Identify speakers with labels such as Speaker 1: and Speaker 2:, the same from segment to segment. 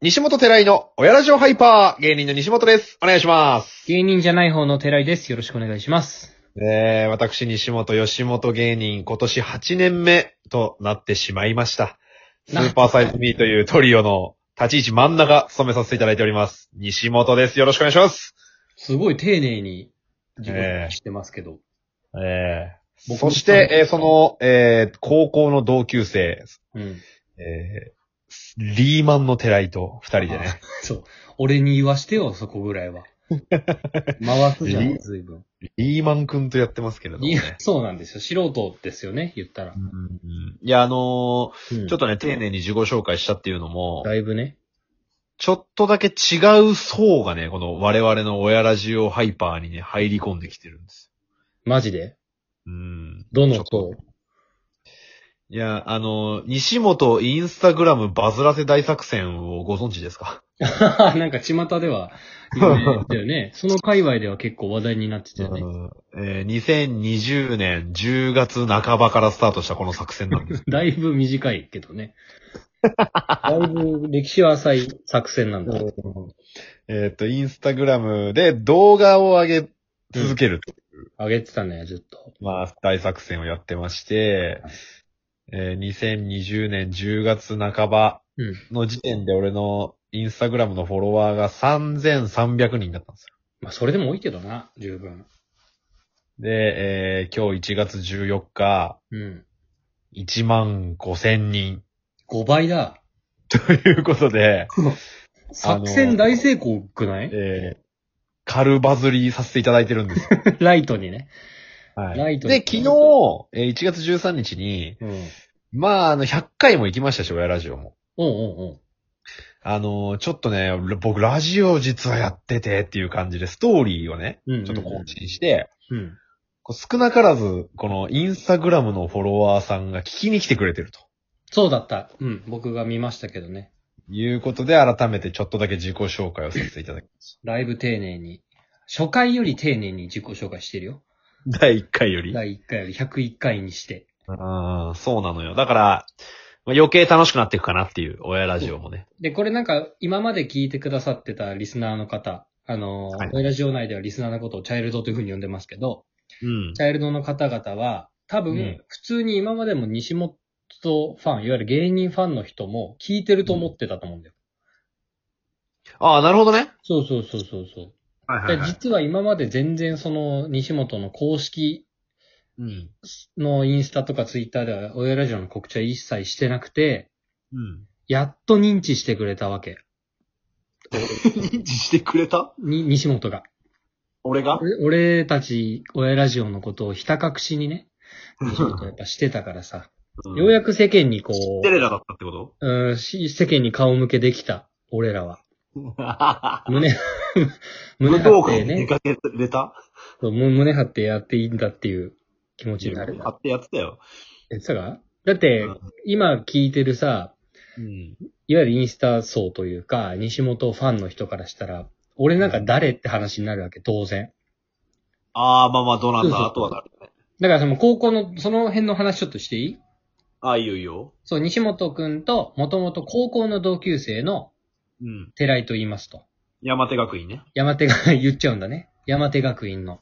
Speaker 1: 西本寺井の親ラジオハイパー、芸人の西本です。お願いします。
Speaker 2: 芸人じゃない方の寺井です。よろしくお願いします。
Speaker 1: ねえ、私西本吉本芸人、今年8年目となってしまいました。スーパーサイズミーというトリオの立ち位置真ん中、務めさせていただいております。西本です。よろしくお願いします。
Speaker 2: すごい丁寧に自分してますけど。
Speaker 1: ええ
Speaker 2: 僕
Speaker 1: そ
Speaker 2: も
Speaker 1: して、えーその、えー高校の同級生、
Speaker 2: うん。
Speaker 1: えーリーマンの寺井と二人でね。
Speaker 2: そう。俺に言わしてよ、そこぐ らいは。回すじゃん、随分。
Speaker 1: リーマンくんとやってますけれども
Speaker 2: いや
Speaker 1: ね。
Speaker 2: そうなんですよ。素人ですよね、言ったら
Speaker 1: う。んうんいや、あのーちょっ
Speaker 2: と。
Speaker 1: とね、丁寧に自己紹介したっていうのも、
Speaker 2: だいぶね。
Speaker 1: ちょっとだけ違う層がね、この我々の親ラジオハイパーにね、入り込んできてるんです
Speaker 2: マジで
Speaker 1: よ。うん。
Speaker 2: どの
Speaker 1: ちょ
Speaker 2: と
Speaker 1: いや、あのー、西本インスタグラムバズらせ大作戦をご存知ですか
Speaker 2: なんか巷では、ね、だ よね。その界隈では結構話題になってたよね。
Speaker 1: うんえー2020年10月半ばからスタートしたこの作戦 なんです。
Speaker 2: だいぶ短いけどね。だいぶ歴史は浅い作戦なんだ。
Speaker 1: えっと、インスタグラムで動画を上げ続けると
Speaker 2: あげてたね、ずっと。
Speaker 1: まあ、大作戦をやってまして、えー2020年10月半ば
Speaker 2: うん。
Speaker 1: の時点で俺のインスタグラムのフォロワーが3300人だったんですよ。
Speaker 2: まあ、それでも多いけどな、十分。
Speaker 1: で、えー今日1月14日、
Speaker 2: うん。
Speaker 1: 1万5000人。
Speaker 2: 5倍だ。
Speaker 1: ということで、
Speaker 2: 作戦大成功くない、
Speaker 1: えー、軽バズりさせていただいてるんですよ。
Speaker 2: ライトにね。
Speaker 1: はい
Speaker 2: ライトに
Speaker 1: で、昨日、えー1月13日に、
Speaker 2: うん。
Speaker 1: まあ、あの、100回も行きましたし、親ラジオも。
Speaker 2: おうおうおう。
Speaker 1: あのーちょっとね、僕ラジオ実はやっててっていう感じで、ストーリーをね、
Speaker 2: うんうんうん
Speaker 1: ちょっと更新して、
Speaker 2: うん。
Speaker 1: こう少なからず、このインスタグラムのフォロワーさんが聞きに来てくれてると。
Speaker 2: そうだった。うん。僕が見ましたけどね。
Speaker 1: いうことで、改めてちょっとだけ自己紹介をさせていただきます。
Speaker 2: だいぶ丁寧に。初回より丁寧に自己紹介してるよ。
Speaker 1: 第1回より。
Speaker 2: 第1回より101回にして。
Speaker 1: あーそうなのよ。だから、まあ余計楽しくなっていくかなっていう、親ラジオもね。
Speaker 2: で、これなんか、今まで聞いてくださってたリスナーの方、あの
Speaker 1: はい、
Speaker 2: 親ラジオ内ではリスナーのことをチャイルドというふうに呼んでますけど、
Speaker 1: うん。
Speaker 2: チャイルドの方々は、多
Speaker 1: う
Speaker 2: 分
Speaker 1: ん、
Speaker 2: 普通に今までも西本ファン、いわゆる芸人ファンの人も聞いてると思ってたと思うんだよ。
Speaker 1: ああ、なるほどね。
Speaker 2: そうそうそうそうそう。
Speaker 1: はい
Speaker 2: だから実は今まで全然その西本の公式
Speaker 1: うん。
Speaker 2: のインスタとかツイッターでは親ラジオの告知は一切してなくて、
Speaker 1: うん。
Speaker 2: やっと認知してくれたわけ。
Speaker 1: 認知してくれた
Speaker 2: に、西本が。
Speaker 1: 俺 が
Speaker 2: 俺俺たち親ラジオのことをひた隠しにね、西本やっぱしてたからさ、ようや
Speaker 1: く。
Speaker 2: く世間にこ
Speaker 1: テ
Speaker 2: う、
Speaker 1: レラだったってこと
Speaker 2: うん、し世間に顔向けできた、俺らは。 胸、胸張ってね、
Speaker 1: かけれた
Speaker 2: そうむ胸張ってやっていいんだっていう気持ちになる。
Speaker 1: ってやってたよ。
Speaker 2: え、そうかだって、今聞いてるさ、
Speaker 1: うん。
Speaker 2: いわゆるインスタ層というか、西本ファンの人からしたら、俺なんか誰って話になるわけ、当然。
Speaker 1: ああ、まあまあ、どうなん
Speaker 2: そう
Speaker 1: だ、
Speaker 2: そう
Speaker 1: あとはなるね。
Speaker 2: だからその高校の、その辺の話ちょっとしていい
Speaker 1: ああ、いいよいいよ。
Speaker 2: そう、西本くんと、もともと高校の同級生の
Speaker 1: うん。
Speaker 2: 寺井と言いますと。
Speaker 1: 山手学院ね。
Speaker 2: 山手が、 言っちゃうんだね。山手学院の。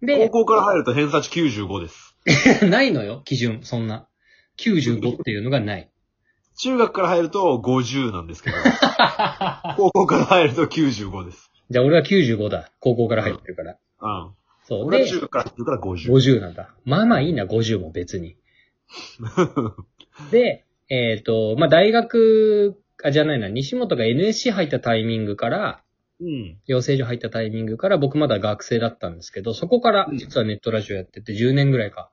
Speaker 1: 高
Speaker 2: で、
Speaker 1: 校から入ると偏差値95です。
Speaker 2: ないのよ、基準、そんな。95っていうのが ない。
Speaker 1: 中学から入ると50なんですけ ど、高校から入ると95です。
Speaker 2: じゃあ俺は95だ。高校から入ってるから。
Speaker 1: うん。
Speaker 2: そう。
Speaker 1: 俺
Speaker 2: で
Speaker 1: は中学から入ってるから50。
Speaker 2: 50なんだ。まあまあいいな、50も別に。で、えっ、と、まあ大学、あ、じゃないな、西本が NSC 入ったタイミングから、
Speaker 1: うん。
Speaker 2: 養成所入ったタイミングから、僕まだ学生だったんですけど、そこから
Speaker 1: うん
Speaker 2: 実はネットラジオやってて10年ぐらいか。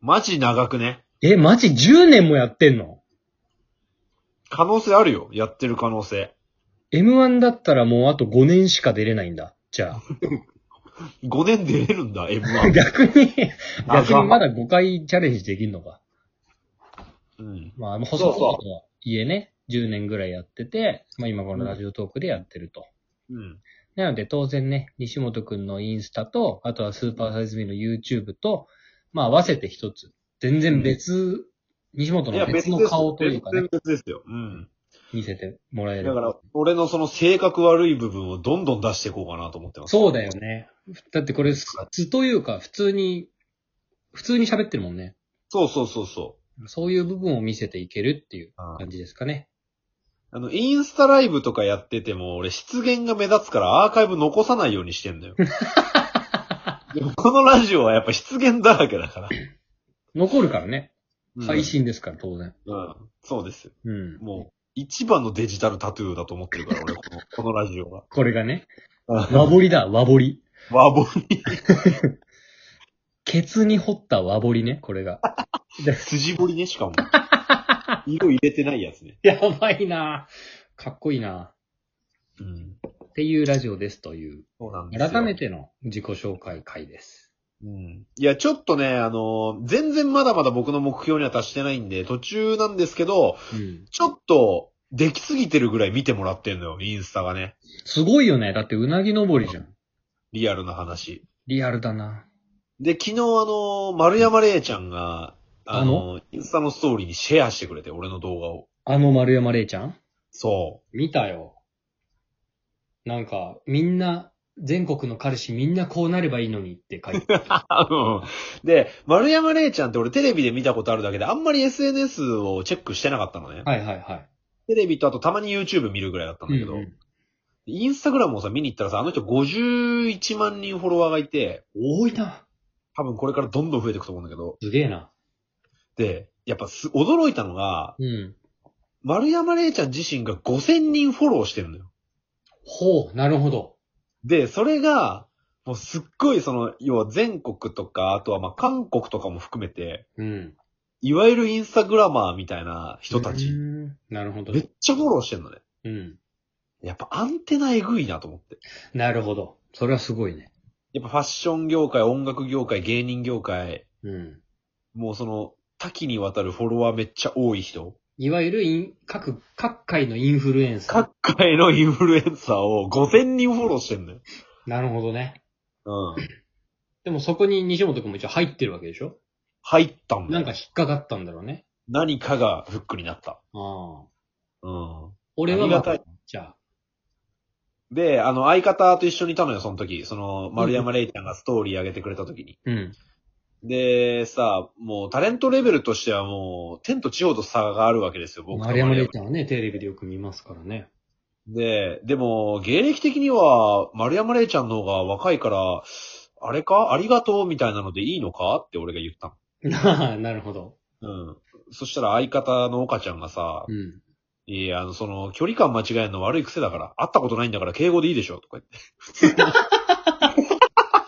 Speaker 1: マジ長くね。
Speaker 2: え、マジ10年もやってんの
Speaker 1: 可能性あるよ。やってる可能性。
Speaker 2: ?M1 だったらもうあと5年しか出れないんだ。じゃ
Speaker 1: 5年出れるんだ、
Speaker 2: あ。
Speaker 1: M1。
Speaker 2: 逆に、
Speaker 1: あ
Speaker 2: 逆にまだ5回チャレンジできるのか。
Speaker 1: うん。
Speaker 2: まあ、細
Speaker 1: そう
Speaker 2: 々と家ね、10年ぐらいやってて、まあ今このラジオトークでやってると。
Speaker 1: うん。
Speaker 2: なので当然ね、西本くんのインスタと、あとはスーパーサイズミーの YouTube と、まあ合わせて一つ。全然別、西本
Speaker 1: いや、
Speaker 2: の別の顔というかね。
Speaker 1: 別々ですよ。うん。
Speaker 2: 見せてもらえる。
Speaker 1: だから、俺のその性格悪い部分をどんどん出していこうかなと思ってます。
Speaker 2: そうだよね。だってこれ、素というか、普通に、普通に喋ってるもんね。
Speaker 1: そうそうそうそ
Speaker 2: そういう部分を見せていけるっていう
Speaker 1: う。うん
Speaker 2: 感じですかね。
Speaker 1: あの、インスタライブとかやってても、俺、失言が目立つからアーカイブ残さないようにしてんだ よ。でもこのラジオはやっぱ失言だらけだから。
Speaker 2: 残るからね。
Speaker 1: うん
Speaker 2: 配信ですから、当然。
Speaker 1: うん。そうですよ。
Speaker 2: うん。
Speaker 1: もう、一番のデジタルタトゥーだと思ってるから、俺、この、このラジオは。
Speaker 2: これがね、和
Speaker 1: 和
Speaker 2: 彫りだ、和彫り。
Speaker 1: ぼに、
Speaker 2: ケツに掘った和彫りね、これが。
Speaker 1: 筋彫りね、し かも。色入れてないやつね。
Speaker 2: やばいなかっこいいな
Speaker 1: うん。
Speaker 2: っていうラジオですという、
Speaker 1: そうなんですよ。
Speaker 2: 改め。ての自己紹介会です。
Speaker 1: うん。いや、ちょっとね、あのー全然まだまだ僕の目標には達してないんで、途中なんですけど、
Speaker 2: うん。
Speaker 1: ちょっと、できすぎてるぐらい見てもらってんのよ、インスタがね。
Speaker 2: すごいよね。だってうなぎ登りじゃん。
Speaker 1: リアルな話。
Speaker 2: リアルだな
Speaker 1: で、昨日あのー丸山礼ちゃんが、あのーインスタのストーリーにシェアしてくれて、俺の動画を。
Speaker 2: あの丸山礼ちゃん
Speaker 1: そ
Speaker 2: 見たよ。なんか、みんな、全国の彼氏みんなこうなればいいのにって書いて た。
Speaker 1: う。で、丸山礼ちゃんって俺テレビで見たことあるだけで、あんまり SNS をチェックしてなかったのね。
Speaker 2: はいはいはい。
Speaker 1: テレビとあとたまに YouTube 見るぐらいだったんだけど、
Speaker 2: うんうん
Speaker 1: インスタグラムをさ、見に行ったらさ、あの人51万人フォロワーがいて、
Speaker 2: 多いな。
Speaker 1: 多分これからどんどん増えていくと思うんだけど、
Speaker 2: すげえな。
Speaker 1: で、やっぱす、驚いたのが、
Speaker 2: うん。
Speaker 1: 丸山礼ちゃん自身が5000人フォローしてるのよ。
Speaker 2: ほう、なるほど。
Speaker 1: で、それが、もうすっごいその、要は全国とか、あとはまあ韓国とかも含めて、
Speaker 2: うん。
Speaker 1: いわゆるインスタグラマーみたいな人た
Speaker 2: う
Speaker 1: ち、
Speaker 2: ん。なるほど
Speaker 1: め。っちゃフォローしてんのね。
Speaker 2: うん。
Speaker 1: やっぱアンテナエグいなと思って。
Speaker 2: なるほど。それはすごいね。
Speaker 1: やっぱファッション業界、音楽業界、芸人業界、
Speaker 2: うん。
Speaker 1: もうその、多岐にわたるフォロワーめっちゃ多い人。
Speaker 2: いわゆるイン、各、各界のインフルエンサー。
Speaker 1: 各界のインフルエンサーを5000人フォローしてんのよ。
Speaker 2: なるほどね。
Speaker 1: うん。
Speaker 2: でもそこに西本くんも一応入ってるわけでしょ
Speaker 1: 入ったんだ
Speaker 2: な
Speaker 1: よ
Speaker 2: んか引っかかったんだろうね。
Speaker 1: 何かがフックになった。
Speaker 2: ああ。
Speaker 1: うん。
Speaker 2: 俺
Speaker 1: あ
Speaker 2: は、
Speaker 1: りがたい。
Speaker 2: じゃあ。
Speaker 1: で、あの、相方と一緒にいたのよ、その時。その、丸山礼ちゃんがストーリー上げてくれた時に。
Speaker 2: うん。
Speaker 1: で、さ、もう、タレントレベルとしてはもう、天と地ほど差があるわけですよ、僕と
Speaker 2: 丸山礼ちゃんはね、テレビでよく見ますからね。
Speaker 1: で、でも、芸歴的には、丸山礼ちゃんの方が若いから、あれかありがとうみたいなのでいいのかって俺が言った
Speaker 2: なあ、なるほど。
Speaker 1: の。うん。そしたら相方の岡ちゃんがさ、
Speaker 2: うん。
Speaker 1: いや、あの、その、距離感間違えるの悪い癖だから、会ったことないんだから敬語でいいでしょとか言って。普通に。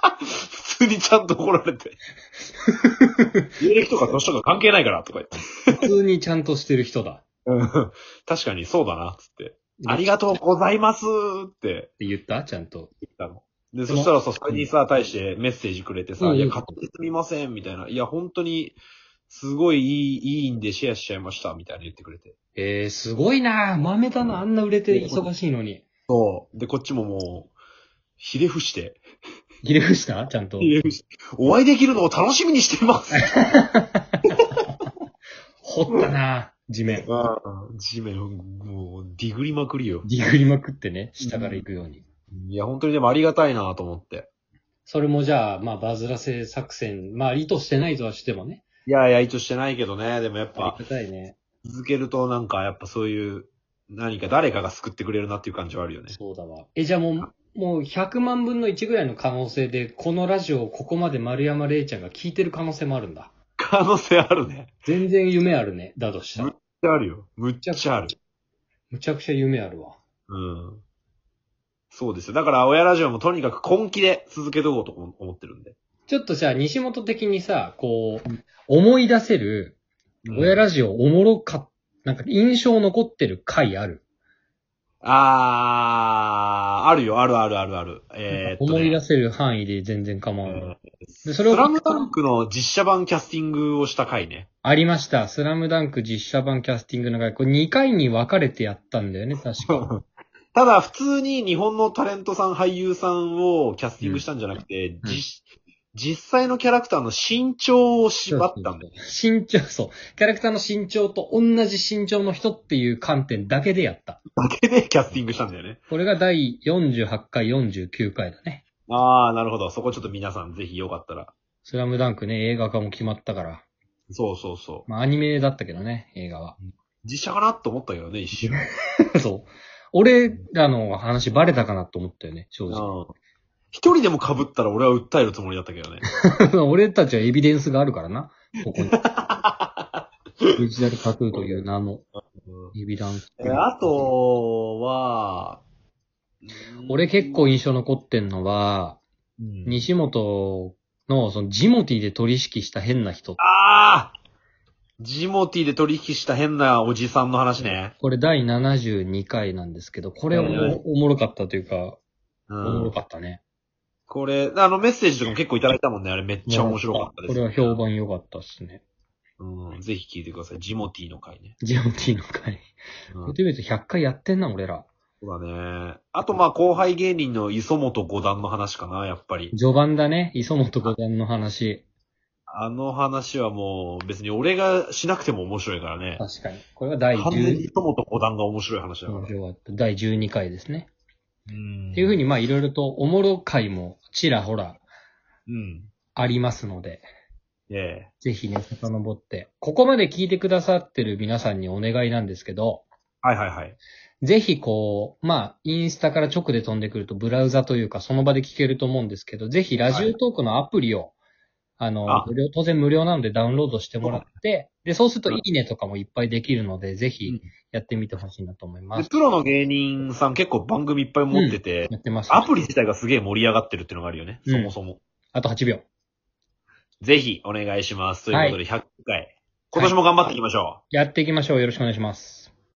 Speaker 1: 普通にちゃんと怒られて。芸歴とか年とか関係ないからとか言って。
Speaker 2: 普通にちゃんとしてる人だ。
Speaker 1: うん確かにそうだな、つって。ありがとうございますって。
Speaker 2: って言ったちゃんと。
Speaker 1: ったの。で、そしたらさ、それにさ、対してメッセージくれてさ、
Speaker 2: うん
Speaker 1: いや、勝手にすみません、みたいな。いや、本当に、すごいいい、いいんでシェアしちゃいました、みたいな言ってくれて。
Speaker 2: えー、すごいな豆だな、あんな売れて忙しいのに。
Speaker 1: そう。で、こっちももう、ひれ伏して。
Speaker 2: 入れ伏したちゃんと。
Speaker 1: ひれ伏して。 お会いできるのを楽しみにしています。
Speaker 2: 掘ったな地面。
Speaker 1: 地面、もう、ディグりまくりよ。
Speaker 2: ディグりまくってね、下から行くように。
Speaker 1: いや、本当にでもありがたいなと思って。
Speaker 2: それもじゃあ、まあ、バズらせ作戦、まあ、意図してないとはしてもね。
Speaker 1: いやいや、意図してないけどね。でもやっ
Speaker 2: あ
Speaker 1: ぱ、
Speaker 2: りがたいね。
Speaker 1: 続けるとなんか、やっぱそういう、何か誰かが救ってくれるなっていう感じはあるよね。
Speaker 2: そうだわ。え、じゃあもう、もう100万分の1ぐらいの可能性で、このラジオをここまで丸山礼ちゃんが聞いてる可能性もあるんだ。
Speaker 1: 可能性あるね。
Speaker 2: 全然夢あるね。だとしたら。
Speaker 1: むっちゃあるよ。むっちゃある。
Speaker 2: むちゃくちゃ夢あるわ。
Speaker 1: うん。そうですよ。だから、親ラジオもとにかく根気で続けとこうと思思ってるんで。
Speaker 2: ちょっとじゃあ、西本的にさ、こう、思い出せる、親ラジオおもろかっなんか印象残ってる回ある。
Speaker 1: あー、あるよ、あるあるあるある。えー、っと、
Speaker 2: 思い出
Speaker 1: ね、
Speaker 2: せる範囲で全然構
Speaker 1: え
Speaker 2: わない。
Speaker 1: ー
Speaker 2: でそ
Speaker 1: ス
Speaker 2: れを
Speaker 1: ラムダンクの実写版キャスティングをした回 ね。
Speaker 2: ありました。スラムダンク実写版キャスティングの回、これ2回に分かれてやったんだ よね、確か。
Speaker 1: ただ、普通に日本のタレントさん、俳優さんをキャスティングしたんじゃなくて、
Speaker 2: うん
Speaker 1: 実実際のキャラクターの身長を縛ったんだよね。
Speaker 2: 身長、そう。キャラクターの身長と同じ身長の人っていう観点だけでやった。
Speaker 1: だけでキャスティングしたんだよね。
Speaker 2: これが第48回、49回だね。
Speaker 1: ああ、なるほど。そこちょっと皆さんぜひよかったら。
Speaker 2: スラムダンクね、映画化も決まったから。
Speaker 1: そうそうそう。
Speaker 2: まあアニメだったけどね、映画は。
Speaker 1: 実写かなと思ったけどね、一瞬。
Speaker 2: そう。俺らの話バレたかなと思ったよね、正直。
Speaker 1: うん一人でも被ったら俺は訴えるつもりだったけど ね。
Speaker 2: 俺たちはエビデンスがあるからな、こ こに。デジタルタトゥーという名のエビデンス。
Speaker 1: えあ、とは、
Speaker 2: 俺結構印象残ってんのは、
Speaker 1: うん、
Speaker 2: 西本のそのジモティで取り引きした変な人。
Speaker 1: ああジモティで取引した変なおじさんの話ね。
Speaker 2: これ第72回なんですけど、これお
Speaker 1: はいはい
Speaker 2: もおもろかったというか、
Speaker 1: う
Speaker 2: おもろ
Speaker 1: ん。
Speaker 2: かったね。
Speaker 1: これ、あのメッセージとかも結構いただいたもんね。あれめっちゃ面白かったです。
Speaker 2: これは評判良かったっすね。
Speaker 1: うん。ぜひ聞いてください。ジモティの回ね。
Speaker 2: ジモティの回。
Speaker 1: うん
Speaker 2: こうやってみると100回やってんな、俺ら。
Speaker 1: そうだね。あとまあ後輩芸人の磯本五段の話かな、やっぱり。
Speaker 2: 序盤だね、磯本五段の話。
Speaker 1: あの話はもう別に俺がしなくても面白いからね。
Speaker 2: 確かに。これは第
Speaker 1: 完全に
Speaker 2: 10
Speaker 1: 磯本五段が面白い話だから。
Speaker 2: 第12回ですね。
Speaker 1: うん
Speaker 2: っていうふうに、まあ、いろいろと、おもろ回も、ちらほら、
Speaker 1: うん。
Speaker 2: ありますので、
Speaker 1: ええ。
Speaker 2: ぜひね、遡って、ここまで聞いてくださってる皆さんにお願いなんですけど、
Speaker 1: はいはいはい。
Speaker 2: ぜひこう、まあ、インスタから直で飛んでくると、ブラウザというか、その場で聞けると思うんですけど、ぜひラジオトークのアプリを、あの
Speaker 1: あ
Speaker 2: 無料、当然無料なのでダウンロードしてもらって、で、そうするといいねとかもいっぱいできるので、ぜ
Speaker 1: う
Speaker 2: ひ
Speaker 1: ん
Speaker 2: やってみてほしいなと思いま。
Speaker 1: ですプロの芸人さん結構番組いっぱい持ってて、
Speaker 2: やってます。
Speaker 1: アプリ自体がすげえ盛り上がってるっていうのがあるよね。
Speaker 2: うん
Speaker 1: そもそも。
Speaker 2: あと8秒。
Speaker 1: ぜひお願いします。ということで100回。今年も頑張っていきましょう。
Speaker 2: やっていきましょう。よろしくお願いします。